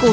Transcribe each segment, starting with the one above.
股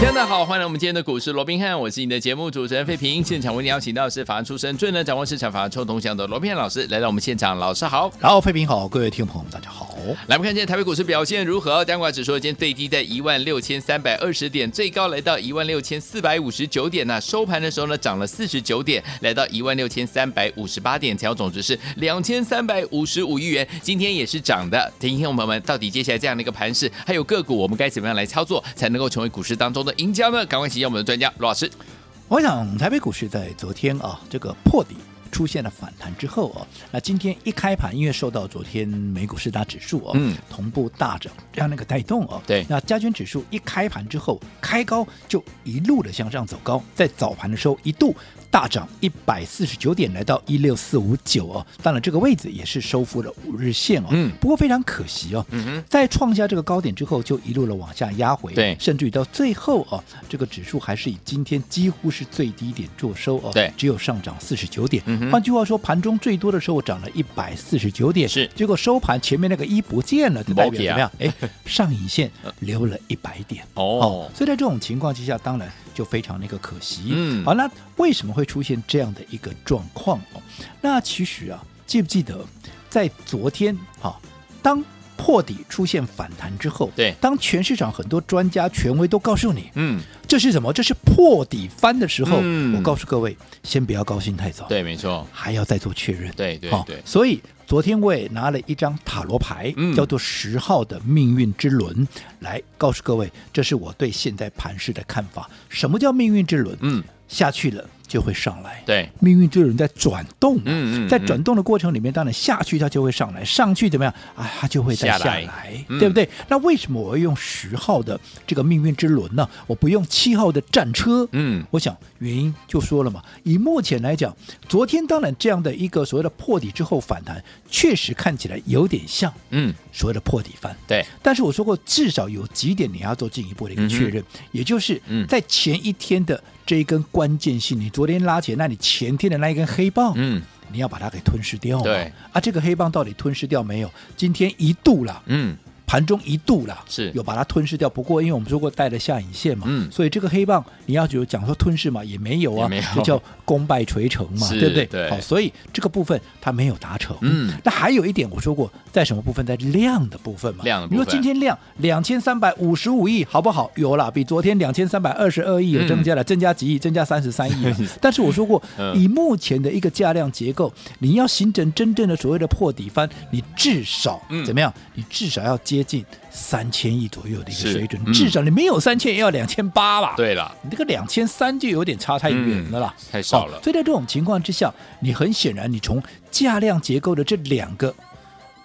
大家好，欢迎来我们今天的股市罗宾汉，我是你的节目主持人费平。现场为您邀请到的是法案出身、最能掌握市场法案臭动向的罗宾汉老师来到我们现场，老师好。然后，费平好，各位听众朋友们，大家好。来，我们看今天台北股市表现如何？单管指数今天最低在一万六千三百二十点，最高来到一万六千四百五十九点呢、收盘的时候呢，涨了四十九点，来到一万六千三百五十八点，成交总值是两千三百五十五亿元。今天也是涨的。听众朋友们，到底接下来这样的一个盘势，还有个股，我们该怎么样来操作，才能够成为股市当中的赢家呢？赶快请教我们的专家罗老师。我想台北股市在昨天啊这个破底。出现了反弹之后哦，那今天一开盘，因为受到昨天美股四大指数哦、嗯同步大涨这样的一个带动哦，对那加权指数一开盘之后开高就一路的向上走高，在早盘的时候一度大涨一百四十九点，来到一六四五九哦，当然这个位置也是收复了五日线哦，嗯不过非常可惜哦，嗯哼，在创下这个高点之后，就一路的往下压回，对甚至于到最后哦，这个指数还是以今天几乎是最低点做收哦，对只有上涨四十九点。嗯哼换句话说，盘中最多的时候涨了一百四十九点，是结果收盘前面那个一不见了，就代表没去怎啊么样？哎， 上影线留了一百点哦所以在这种情况之下，当然就非常那个可惜。嗯好，那为什么会出现这样的一个状况哦？那其实啊，记不记得在昨天哈、当破底出现反弹之后，对当全市场很多专家权威都告诉你嗯，这是什么，这是破底翻的时候，嗯我告诉各位，先不要高兴太早，，对，没错，还要再做确认，对对好对所以昨天我也拿了一张塔罗牌，嗯叫做十号的命运之轮，来告诉各位，这是我对现在盘势的看法。什么叫命运之轮？嗯，下去了就会上来，对，命运之轮在转动嘛，嗯嗯嗯在转动的过程里面，当然下去它就会上来，上去怎么样啊？它就会再下下来来，嗯对不对？那为什么我要用十号的这个命运之轮呢？我不用七号的战车？嗯我想原因就说了嘛，以目前来讲，昨天当然这样的一个所谓的破底之后反弹，确实看起来有点像嗯，所谓的破底翻。对，但是我说过，至少有几点你要做进一步的一个确认，也就是嗯在前一天的这一根关键性，你昨天拉起来，那你前天的那一根黑棒，嗯你要把它给吞噬掉嘛。对啊，这个黑棒到底吞噬掉没有？今天一度啦，嗯，盘中一度啦，是有把它吞噬掉。不过因为我们说过带了下影线嘛，嗯所以这个黑棒你要有讲说吞噬嘛，也没有也啊，没有这叫功败垂成嘛，是对不对？对好，所以这个部分它没有达成。嗯那还有一点我说过，在什么部分？在量的部分嘛。量的部你分说今天量两千三百五十五亿，好不好？有啦，比昨天两千三百二十二亿有增加了，增加几亿，增加三十三亿 了。但是我说过，嗯以目前的一个价量结构，你要形成真正的所谓的破底翻，你至少、嗯怎么样？你至少要接近三千亿左右的一个是水准，嗯至少你没有三千也要两千八吧？，对了，你这个两千三就有点差太远了啦。哦嗯太少了好所以在这种情况之下，你很显然你从价量结构的这两个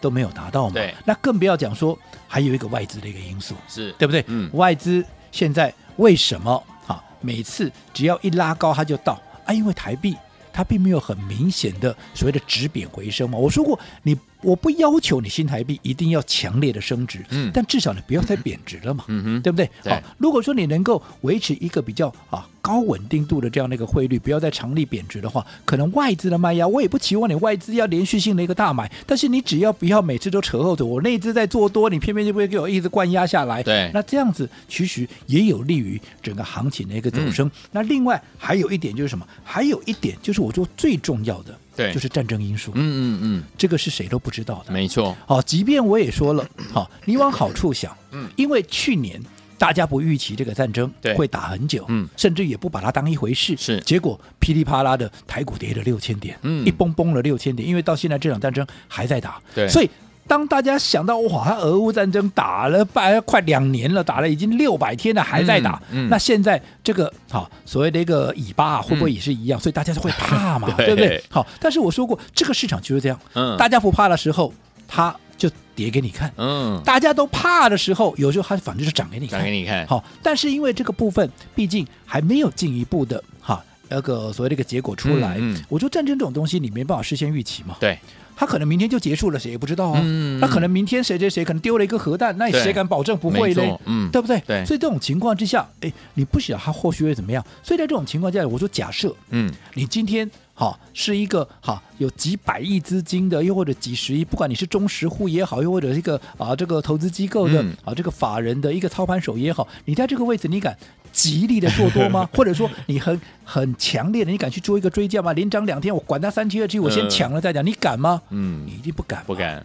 都没有达到嘛对，那更不要讲说还有一个外资的一个因素，是，对不对？嗯外资现在为什么啊？每次只要一拉高它就到啊，因为台币它并没有很明显的所谓的止贬回升嘛。我说过，你我不要求你新台币一定要强烈的升值，嗯但至少你不要再贬值了嘛，嗯哼对不对？对好，如果说你能够维持一个比较啊高稳定度的这样的一个汇率，不要再强力贬值的话，可能外资的卖压，我也不期望你外资要连续性的一个大买，但是你只要不要每次都扯后腿，我内资在做多，你偏偏就不会给我一直灌压下来，对哎那这样子其实也有利于整个行情的一个走嗯升。那另外还有一点就是什么？还有一点就是我说最重要的，对就是战争因素，嗯嗯这个是谁都不知道的嗯，。没错，好，即便我也 说了，好，你往好处想，嗯因为去年大家不预期这个战争对会打很久，嗯甚至也不把它当一回事，是结果噼里啪啦的台股跌了六千点，嗯一崩崩了六千点，因为到现在这场战争还在打，对所以。当大家想到哇，他俄乌战争打了半快两年了，打了已经六百天了，还在打。嗯嗯那现在这个好所谓的一个尾巴、啊、会不会也是一样？所以大家 就会怕嘛，对不嗯对对？好，但是我说过，这个市场就是这样，嗯大家不怕的时候，它就跌给你看；嗯，大家都怕的时候，有时候它反正就涨给你看。讲给你看，好，但是因为这个部分毕竟还没有进一步的哈那个所谓的一个结果出来，嗯嗯我说战争这种东西你没办法事先预期嘛，对，他可能明天就结束了，谁也不知道啊。嗯嗯嗯他可能明天谁谁谁可能丢了一个核弹，那对谁敢保证不会没嘞错？嗯对不对？对所以这种情况之下，哎，你不晓得他后续会怎么样。所以在这种情况下，我说假设嗯，你今天好是一个好有几百亿资金的，又或者几十亿，不管你是中实户也好，又或者是一个啊这个投资机构的、嗯啊这个法人的一个操盘手也好，你在这个位置你敢？极力的做 多吗？或者说你很很强烈的，你敢去做一个追价吗？连涨两天，我管它三七二七，我先嗯抢了再讲，你敢吗？嗯你一定不敢嘛，不敢，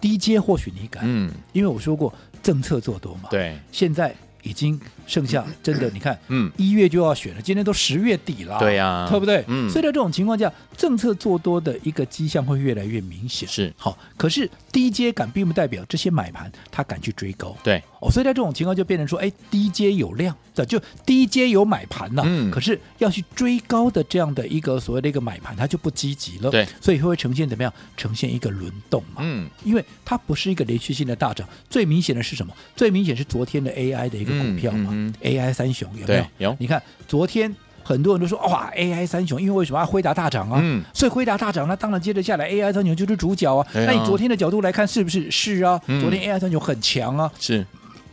低阶或许你敢，嗯，因为我说过政策做多嘛。，对，现在已经剩下真的，你看，嗯一月就要选了，今天都十月底了，啊对呀对不对？嗯所以在这种情况下，政策做多的一个迹象会越来越明显。是好，可是低阶敢并不代表这些买盘他敢去追高。对，哦，所以在这种情况就变成说，哎，低阶有量的，就低阶有买盘呐、嗯可是要去追高的这样的一个所谓的一个买盘，它就不积极了。对所以会呈现怎么样？呈现一个轮动嘛。嗯，因为它不是一个连续性的大涨，最明显的是什么？最明显是昨天的 AI 的一个股票嘛、嗯嗯 a i 三雄有没对有？有你看昨天很多人都说哇，AI 三雄，因为为什么？啊辉达大涨啊，嗯所以辉达大涨，那当然接着下来 AI 三雄就是主角啊。对啊那你昨天的角度来看，是不是是啊？嗯昨天 AI 三雄很强啊，是，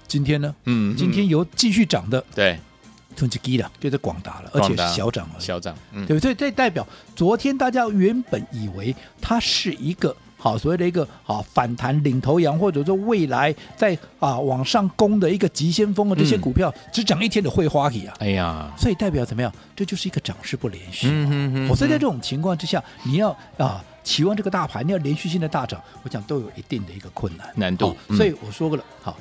今天呢？嗯，今天嗯有继续涨的，对就是基了，就是广达了，而广且达是小涨而已。小涨，嗯，对不对？这代表昨天大家原本以为它是一个好所谓的一个好反弹领头羊，或者说未来在啊往上攻的一个急先锋的这些嗯股票，只涨一天的会花给啊，哎呀，所以代表怎么样？这就是一个涨势不连续。嗯哼哼哦所以在哼这种情况之下，你要啊期望这个大盘你要连续性的大涨，我想都有一定的一个困难难度哦嗯所以我说过了，好，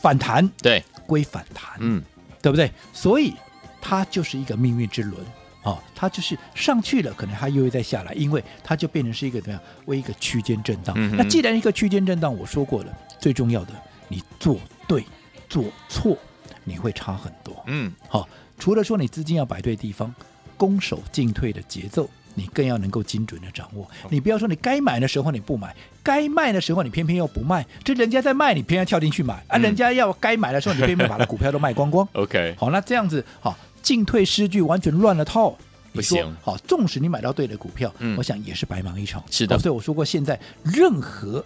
反弹对，归反弹，嗯，对不对？所以它就是一个命运之轮哦，它就是上去了，可能它又会再下来，因为它就变成是一个怎么样为一个区间震荡。嗯哼那既然一个区间震荡，我说过了，最重要的你做对做错，你会差很多。嗯，好、除了说你资金要摆对地方，攻守进退的节奏。你更要能够精准的掌握，你不要说你该买的时候你不买，该卖的时候你偏偏又不卖，这人家在卖，你偏要跳进去买啊，嗯，人家要该买的时候你偏偏把他股票都卖光光 OK，嗯好，那这样子好，进退失据，完全乱了套。不你说行好，纵使你买到对的股票，嗯我想也是白忙一场。是的好所以我说过，现在任何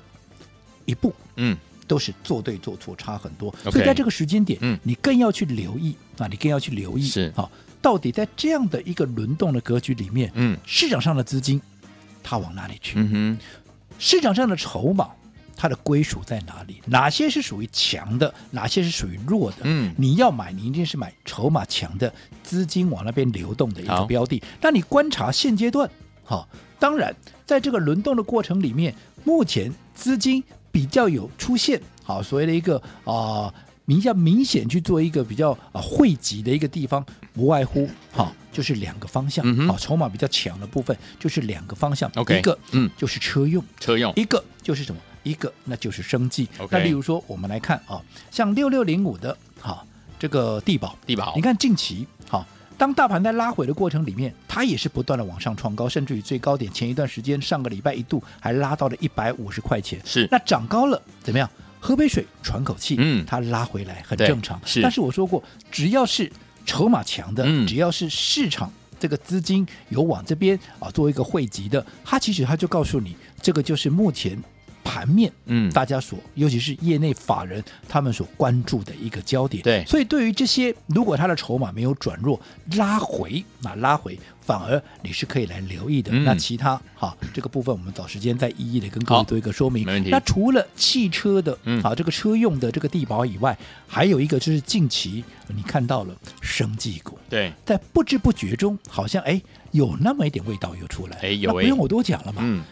一步嗯，都是做对做错差很多。 OK 所以在这个时间点，嗯你更要去留意啊，你更要去留意是好，到底在这样的一个轮动的格局里面，嗯，市场上的资金它往哪里去？嗯哼，市场上的筹码，它的归属在哪里？哪些是属于强的，哪些是属于弱的？嗯你要买，你一定是买筹码强的，资金往那边流动的一好个标的。那你观察现阶段，好、当然在这个轮动的过程里面，目前资金比较有出现，好、所谓的一个啊。比较明显去做一个比较啊汇集的一个地方，不外乎好、就是两个方向，好、嗯哼筹码比较强的部分就是两个方向 OK，一个嗯就是车用，车用，一个就是什么？一个那就是生计。 OK 那例如说，我们来看啊，像六六零五的，好、这个地保，地保你看近期好。当大盘在拉回的过程里面，它也是不断的往上创高，甚至于最高点前一段时间，上个礼拜一度还拉到了一百五十块钱。是那涨高了怎么样？喝杯水，喘口气，嗯它拉回来很对正常。是但是我说过，只要是筹码强的，嗯只要是市场这个资金有往这边啊做一个汇集的，它其实它就告诉你，这个就是目前盘面嗯大家所，尤其是业内法人他们所关注的一个焦点。对所以对于这些，如果它的筹码没有转弱，拉回那拉回，反而你是可以来留意的。嗯那其他好这个部分，我们找时间再一一的跟各好位做一个说明。没问题那除了汽车的、嗯啊这个车用的这个地保以外，还有一个就是近期你看到了生技股。对，在不知不觉中，好像哎，有那么一点味道又出来了。哎有那哎不用我多讲了嘛。嗯，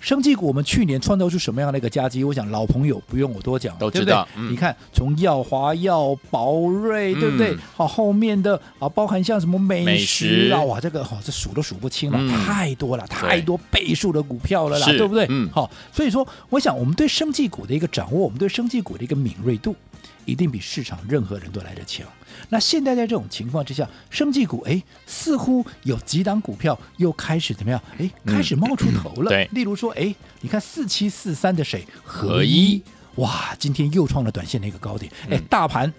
生技股我们去年创造出什么样的一个佳绩？我想老朋友不用我多讲了，都知对不对道嗯你看，从耀华、耀宝瑞，对不对嗯？好、后面的啊，包含像什么美美食啊，食哇，这个好、这数都数不清了，嗯太多了，太多倍数的股票了啦，是对不对？嗯好、所以说，我想我们对生技股的一个掌握，我们对生技股的一个敏锐度，一定比市场任何人都来得强。那现在在这种情况之下，生技股哎，似乎有几档股票又开始怎么样？哎，开始冒出头了。嗯对例如说，哎，你看四七四三的谁合一，哇，今天又创了短线的一个高点，哎，大盘。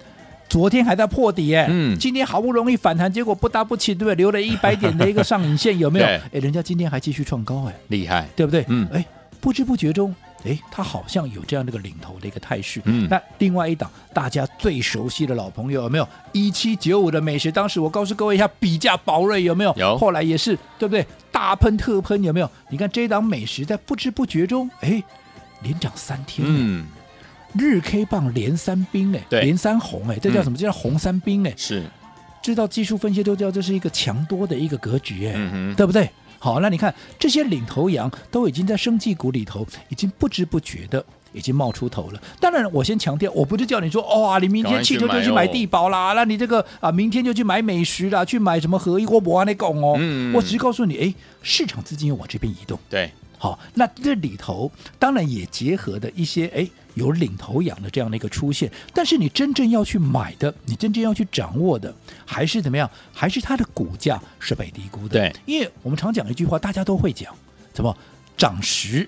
昨天还在破底哎，嗯今天好不容易反弹，结果不搭不起，对不对？留了一百点的一个上影线，有没有？ 对哎，人家今天还继续创高哎，厉害，对不对？嗯哎，不知不觉中，哎，它好像有这样的一个领头的一个态势。嗯那另外一档大家最熟悉的老朋友有没有？一七九五的美食，当时我告诉各位一下，比价宝瑞有没有？有后来也是对不对？大喷特喷有没有？你看这一档美食在不知不觉中，哎，连涨三天。哎嗯，日 K 棒连三兵哎、对嗯连三红哎、这叫什么？这叫红三兵哎、是，知道技术分析都知道这是一个强多的一个格局哎、嗯哼，对不对？好，那你看这些领头羊都已经在生技股里头，已经不知不觉的。已经冒出头了。当然，我先强调，我不是叫你说，哇、你明天汽车就去买地保嗯啦，那你这个啊，明天就去买美食啦，去买什么合一或博安那拱哦。嗯我只是告诉你，哎，市场资金要往这边移动。对，好，那这里头当然也结合的一些哎有领头羊的这样的一个出现，但是你真正要去买的，你真正要去掌握的，还是怎么样？还是它的股价是被低估的。对，因为我们常讲一句话，大家都会讲，怎么涨时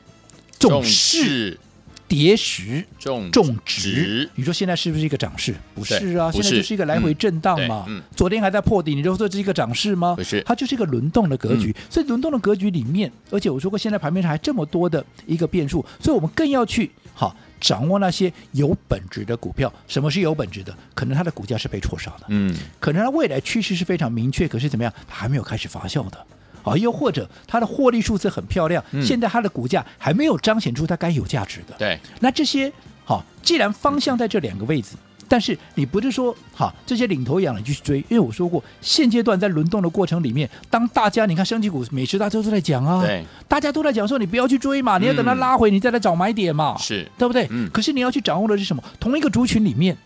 重视，跌时重种嗯植植，你说现在是不是一个涨势？不对是啊，不现是在就是一个来回震荡嘛。嗯对嗯昨天还在破底，你就说这是一个涨势吗？不是嗯它就是一个轮动的格局。所以轮动的格局里面，而且我说过，现在盘面上还这么多的一个变数，所以我们更要去好掌握那些有本质的股票。什么是有本质的？可能它的股价是被错杀的，嗯，可能它未来趋势是非常明确，可是怎么样，它还没有开始发酵的。啊，又或者它的获利数字很漂亮，嗯现在它的股价还没有彰显出它该有价值的。对，那这些好，既然方向在这两个位置，但是你不是说好这些领头羊你去追，因为我说过，现阶段在轮动的过程里面，当大家你看升级股每次大家都在讲啊，对，大家都在讲说你不要去追嘛，你要等它嗯拉回，你再来找买点嘛，是，对不对？嗯可是你要去掌握的是什么？同一个族群里面，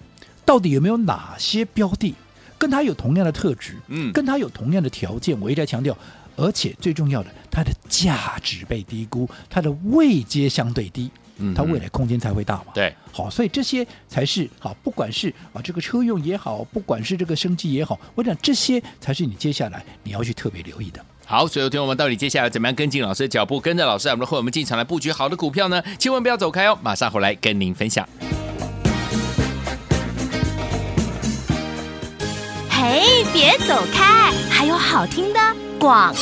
到底有没有哪些标的跟它有同样的特质？嗯，跟它有同样的条件，我一直在强调，而且最重要的，它的价值被低估，它的位阶相对低嗯哼，它未来空间才会大嘛。对，好，所以这些才是好，不管是啊这个车用也好，不管是这个生计也好，我想这些才是你接下来你要去特别留意的。好，所以有听我们到底接下来怎么样跟进老师的脚步，跟着老师我们的会我们进场来布局好的股票呢？千万不要走开哦，马上回来跟您分享。嘿，别走开，还有好听的广。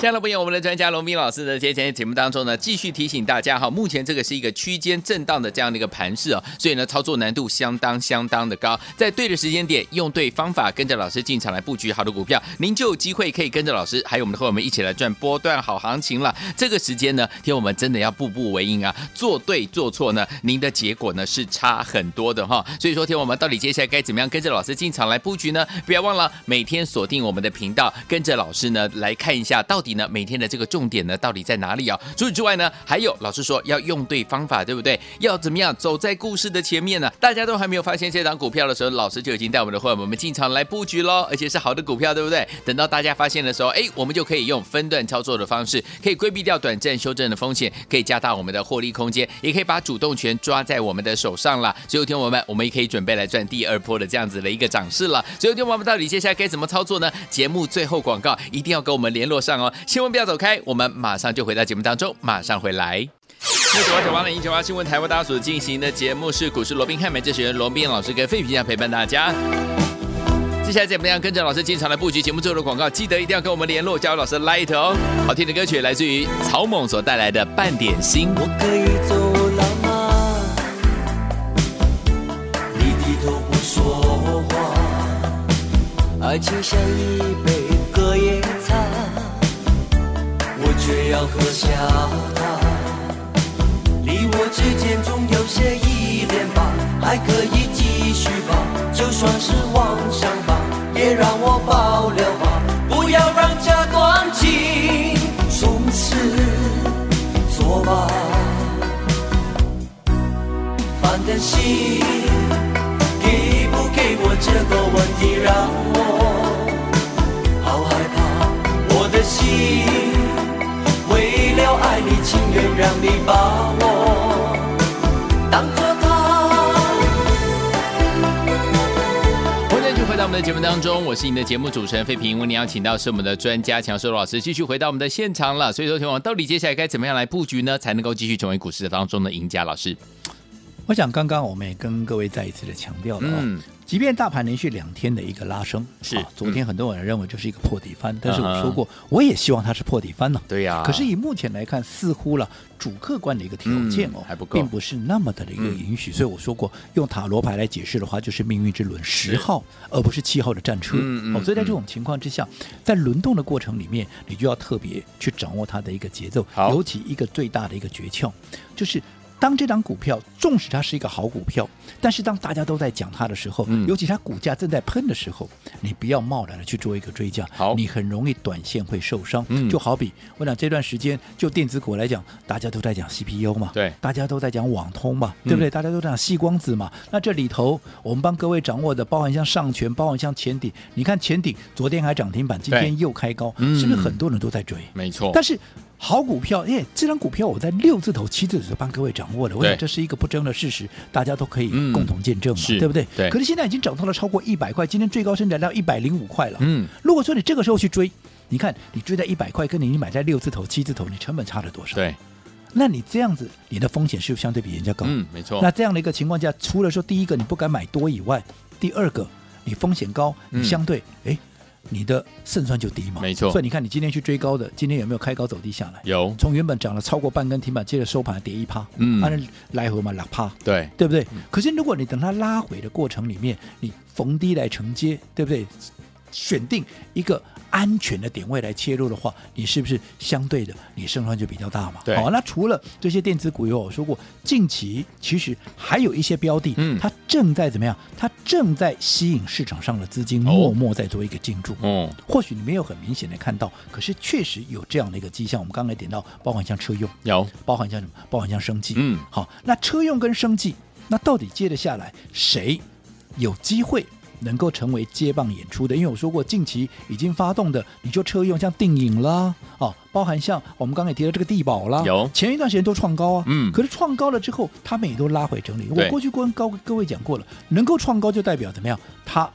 亲爱的朋友我们的专家龙斌老师呢，在今天节目当中呢，继续提醒大家哈，目前这个是一个区间震荡的这样的一个盘势哦，所以呢，操作难度相当相当的高，在对的时间点，用对方法，跟着老师进场来布局好的股票，您就有机会可以跟着老师，还有我们的伙伴们一起来赚波段好行情了。这个时间呢，听我们真的要步步为营啊，做对做错呢，您的结果呢是差很多的哈。所以说，听我们到底接下来该怎么样跟着老师进场来布局呢？不要忘了每天锁定我们的频道，跟着老师呢来看一下到底呢每天的这个重点呢到底在哪里啊、除此之外呢，还有老师说要用对方法，对不对？要怎么样走在故事的前面呢？大家都还没有发现这档股票的时候，老师就已经带我们的会员们进场来布局喽，而且是好的股票，对不对？等到大家发现的时候，哎，我们就可以用分段操作的方式，可以规避掉短暂修正的风险，可以加大我们的获利空间，也可以把主动权抓在我们的手上啦。所以，听我们，我们也可以准备来赚第二波的这样子的一个涨势了。所以，听我们到底接下来该怎么操作呢？节目最后广告一定要跟我们联络上哦，千万不要走开，我们马上就回到节目当中，马上回来。六九八九八零一九八新闻台为大家所进行的节目是股市罗宾汉美哲学员罗宾老师跟费皮这样陪伴大家。接下来怎么样跟着老师进场来布局节目最后的广告？记得一定要跟我们联络，加入老师的 Light 哦。好听的歌曲来自于草蜢所带来的《半点心》。我可以走了吗？你低头不说话，爱情像一杯隔夜茶，我却要喝下它。你我之间总有些依恋吧，还可以继续吧，就算是妄想吧，也让我爆料吧，不要让这段情从此。作吧，半点心，给不给我这个问题让我好害怕，我的心为了爱你，情愿让你把我当作他。欢迎继续回到我们的节目当中，我是你的节目主持人费平。为您邀请到是我们的专家强硕罗老师，继续回到我们的现场了。所以说，天王到底接下来该怎么样来布局呢，才能够继续成为股市当中的赢家？老师，我想刚刚我们也跟各位再一次的强调了、哦，嗯即便大盘连续两天的一个拉升，啊是昨天很多人认为就是一个破底翻，但是嗯我哼说过，我也希望它是破底翻呢、对呀可是以目前来看，似乎了主客观的一个条件哦，嗯还不够嗯并不是那么的一个允许，所以我说过，用塔罗牌来解释的话，就是命运之轮十号，而不是七号的战车。嗯嗯哦，所以在这种情况之下，在轮动的过程里面，你就要特别去掌握它的一个节奏，好尤其一个最大的一个诀窍就是。当这张股票，纵使它是一个好股票，但是当大家都在讲它的时候，嗯尤其它股价正在喷的时候，你不要贸然的去做一个追加，好你很容易短线会受伤。嗯就好比我讲这段时间，就电子股来讲，大家都在讲 CPU 嘛，对大家都在讲网通嘛，嗯对不对？大家都在讲细光子嘛。那这里头，我们帮各位掌握的，包含像上权，包含像前顶。你看前顶昨天还涨停板，今对天又开高，嗯哦是不是很多人都在追？没错，但是好股票，哎，这张股票我在六字头、七字头就帮各位掌握了，我对想这是一个不争的事实，大家都可以嗯共同见证嘛，是对不对？对可是现在已经涨到了超过一百块，今天最高甚至来到一百零五块了。嗯，如果说你这个时候去追，你看你追在一百块，跟你买在六字头、七字头，你成本差了多少？，对，那你这样子，你的风险是不是相对比人家高？嗯，没错那，这样的一个情况下，除了说第一个你不敢买多以外，第二个你风险高，嗯你相对哎、诶你的胜算就低嘛。没错所以你看你今天去追高的，今天有没有开高走低下来？有，从原本涨了超过半根停板，接着收盘跌一趴，嗯按、来回嘛两趴，对，对不对？可是如果你等它拉回的过程里面，你逢低来承接，对不对？选定一个安全的点位来切入的话，你是不是相对的你胜算就比较大嘛？对好，那除了这些电子股以外，我说过，近期其实还有一些标的，嗯它正在怎么样？它正在吸引市场上的资金，哦默默在做一个进驻。嗯，或许你没有很明显的看到，可是确实有这样的一个迹象。我们刚才点到，包含像车用，有，包含像什么？包含像生计。嗯好，那车用跟生计，那到底接得下来谁有机会？能够成为接棒演出的，因为我说过，近期已经发动的，你就车用像定影啦，哦，包含像我们刚才也提到这个地保啦，有前一段时间都创高啊，嗯可是创高了之后，他们也都拉回整理。我对过去跟高各位讲过了，能够创高就代表怎么样，它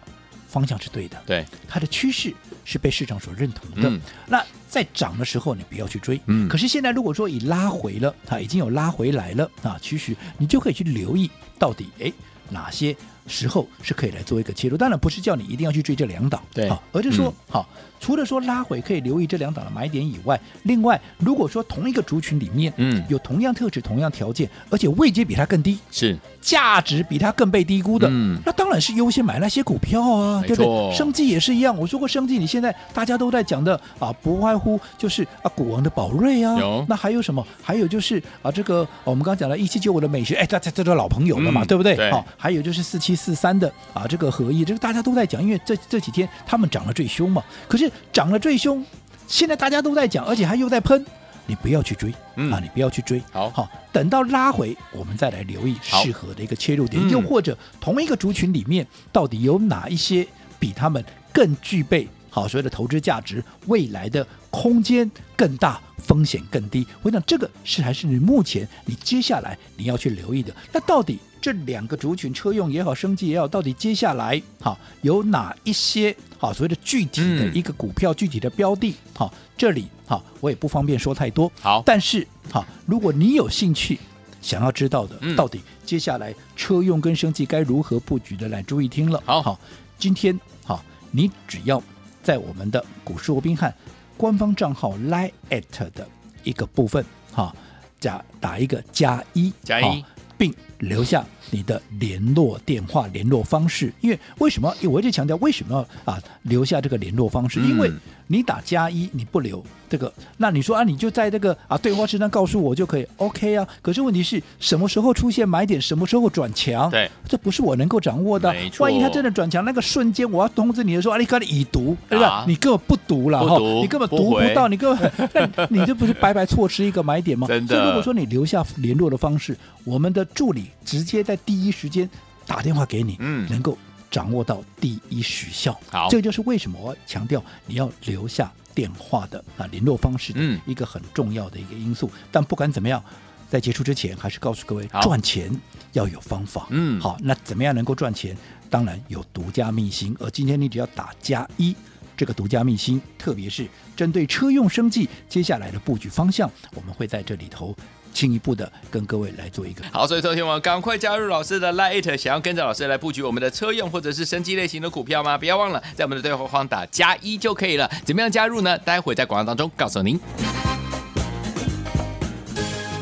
方向是对的，对，它的趋势是被市场所认同的。嗯那在涨的时候，你不要去追。嗯可是现在如果说已拉回了，它已经有拉回来了啊，其实你就可以去留意到底诶哪些时候是可以来做一个切入。当然不是叫你一定要去追这两档，对好，而是说、嗯好，除了说拉回可以留意这两档的买点以外，另外如果说同一个族群里面，嗯有同样特质、同样条件，而且位阶比它更低，是，价值比它更被低估的，嗯那当然是优先买那些股票啊，没对不错对？生计也是一样，我说过生计，你现在大家都在讲的啊，不外乎就是啊，股王的宝瑞啊有，那还有什么？还有就是啊，这个、啊我们刚讲了一七九五的美食，哎，大家这都老朋友了嘛，嗯对不对？对好，还有就是四七四三的啊，这个合一，这个大家都在讲，因为这这几天他们涨得最凶嘛，可是涨得最凶，现在大家都在讲，而且还又在喷。你不要去追、嗯啊！你不要去追，好好，等到拉回，我们再来留意好适合的一个切入点嗯，又或者同一个族群里面，到底有哪一些比他们更具备好所谓的投资价值，未来的空间更大，风险更低？我想这个是还是你目前你接下来你要去留意的。那到底这两个族群，车用也好，生技也好，到底接下来好有哪一些好所谓的具体的嗯一个股票、具体的标的？好，这里好我也不方便说太多。好但是好，如果你有兴趣。想要知道的，嗯到底接下来车用跟生技该如何布局的，来注意听了。好好，今天好，你只要在我们的股市罗宾汉官方账号 line at 的一个部分，哈，加打一个加一，加一好并留下你的联络电话、联络方式。因为为什么？因为我一直强调为什么要啊留下这个联络方式？嗯因为你打加一你不留这个，那你说啊，你就在这个啊对话室上告诉我就可以，OK 啊。可是问题是什么时候出现买点，什么时候转强？对，这不是我能够掌握的啊没。错万一它真的转强，那个瞬间我要通知你的时候，啊，你赶紧已读，对吧啊？你根本不读了不哈读，你根本不读不回到，你 根本，那你这不是白白错失一个买点吗？真的所以如果说你留下联络的方式，我们的助理直接在第一时间打电话给你，嗯能够掌握到第一时效。好这就是为什么我要强调你要留下电话的啊联络方式的嗯一个很重要的一个因素。但不管怎么样。在结束之前，还是告诉各位好，赚钱要有方法。嗯好，那怎么样能够赚钱？当然有独家秘辛，而今天你只要打加一。这个独家秘辛，特别是针对车用生计接下来的布局方向，我们会在这里头进一步的跟各位来做一个。好，所以昨天我们赶快加入老师的 Lite，想要跟着老师来布局我们的车用或者是生机类型的股票吗？不要忘了在我们的对话框打加一就可以了。怎么样加入呢？待会在广告当中告诉您。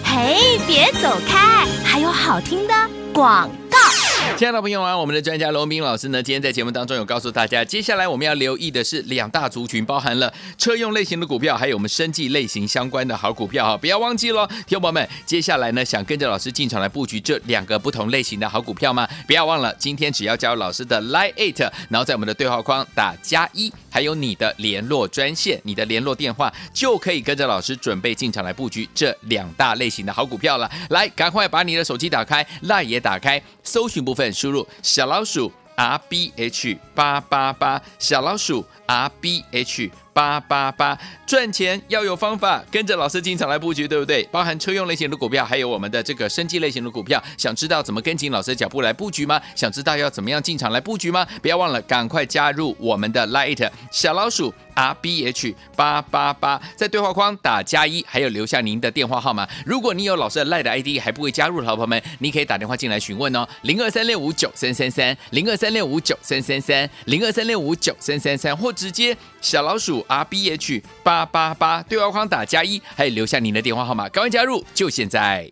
嘿，别走开，还有好听的广告。亲爱的朋友啊，我们的专家龙斌老师呢，今天在节目当中有告诉大家，接下来我们要留意的是两大族群，包含了车用类型的股票，还有我们生技类型相关的好股票哈，不要忘记喽，听众朋友们，接下来呢，想跟着老师进场来布局这两个不同类型的好股票吗？不要忘了，今天只要加入老师的 Line It，然后在我们的对话框打加一，还有你的联络专线、你的联络电话，就可以跟着老师准备进场来布局这两大类型的好股票了。来，赶快把你的手机打开，Line 也打开，搜寻部分输入小老鼠 R B H 八八八，小老鼠 R B H。八八八赚钱要有方法，跟着老师进场来布局，对不对？包含车用类型的股票，还有我们的这个生技类型的股票。想知道怎么跟紧老师的脚步来布局吗？想知道要怎么样进场来布局吗？不要忘了赶快加入我们的 Light 小老鼠 R B H 八八八，在对话框打加一，还有留下您的电话号码。如果你有老师的 Light 的 ID 还不会加入的好朋友们，你可以打电话进来询问哦，零二三六五九三三三，零二三六五九三三三，零二三六五九三三三，或直接小老鼠。R B H 八八八对话框打加一，还有留下您的电话号码，赶快加入，就现在。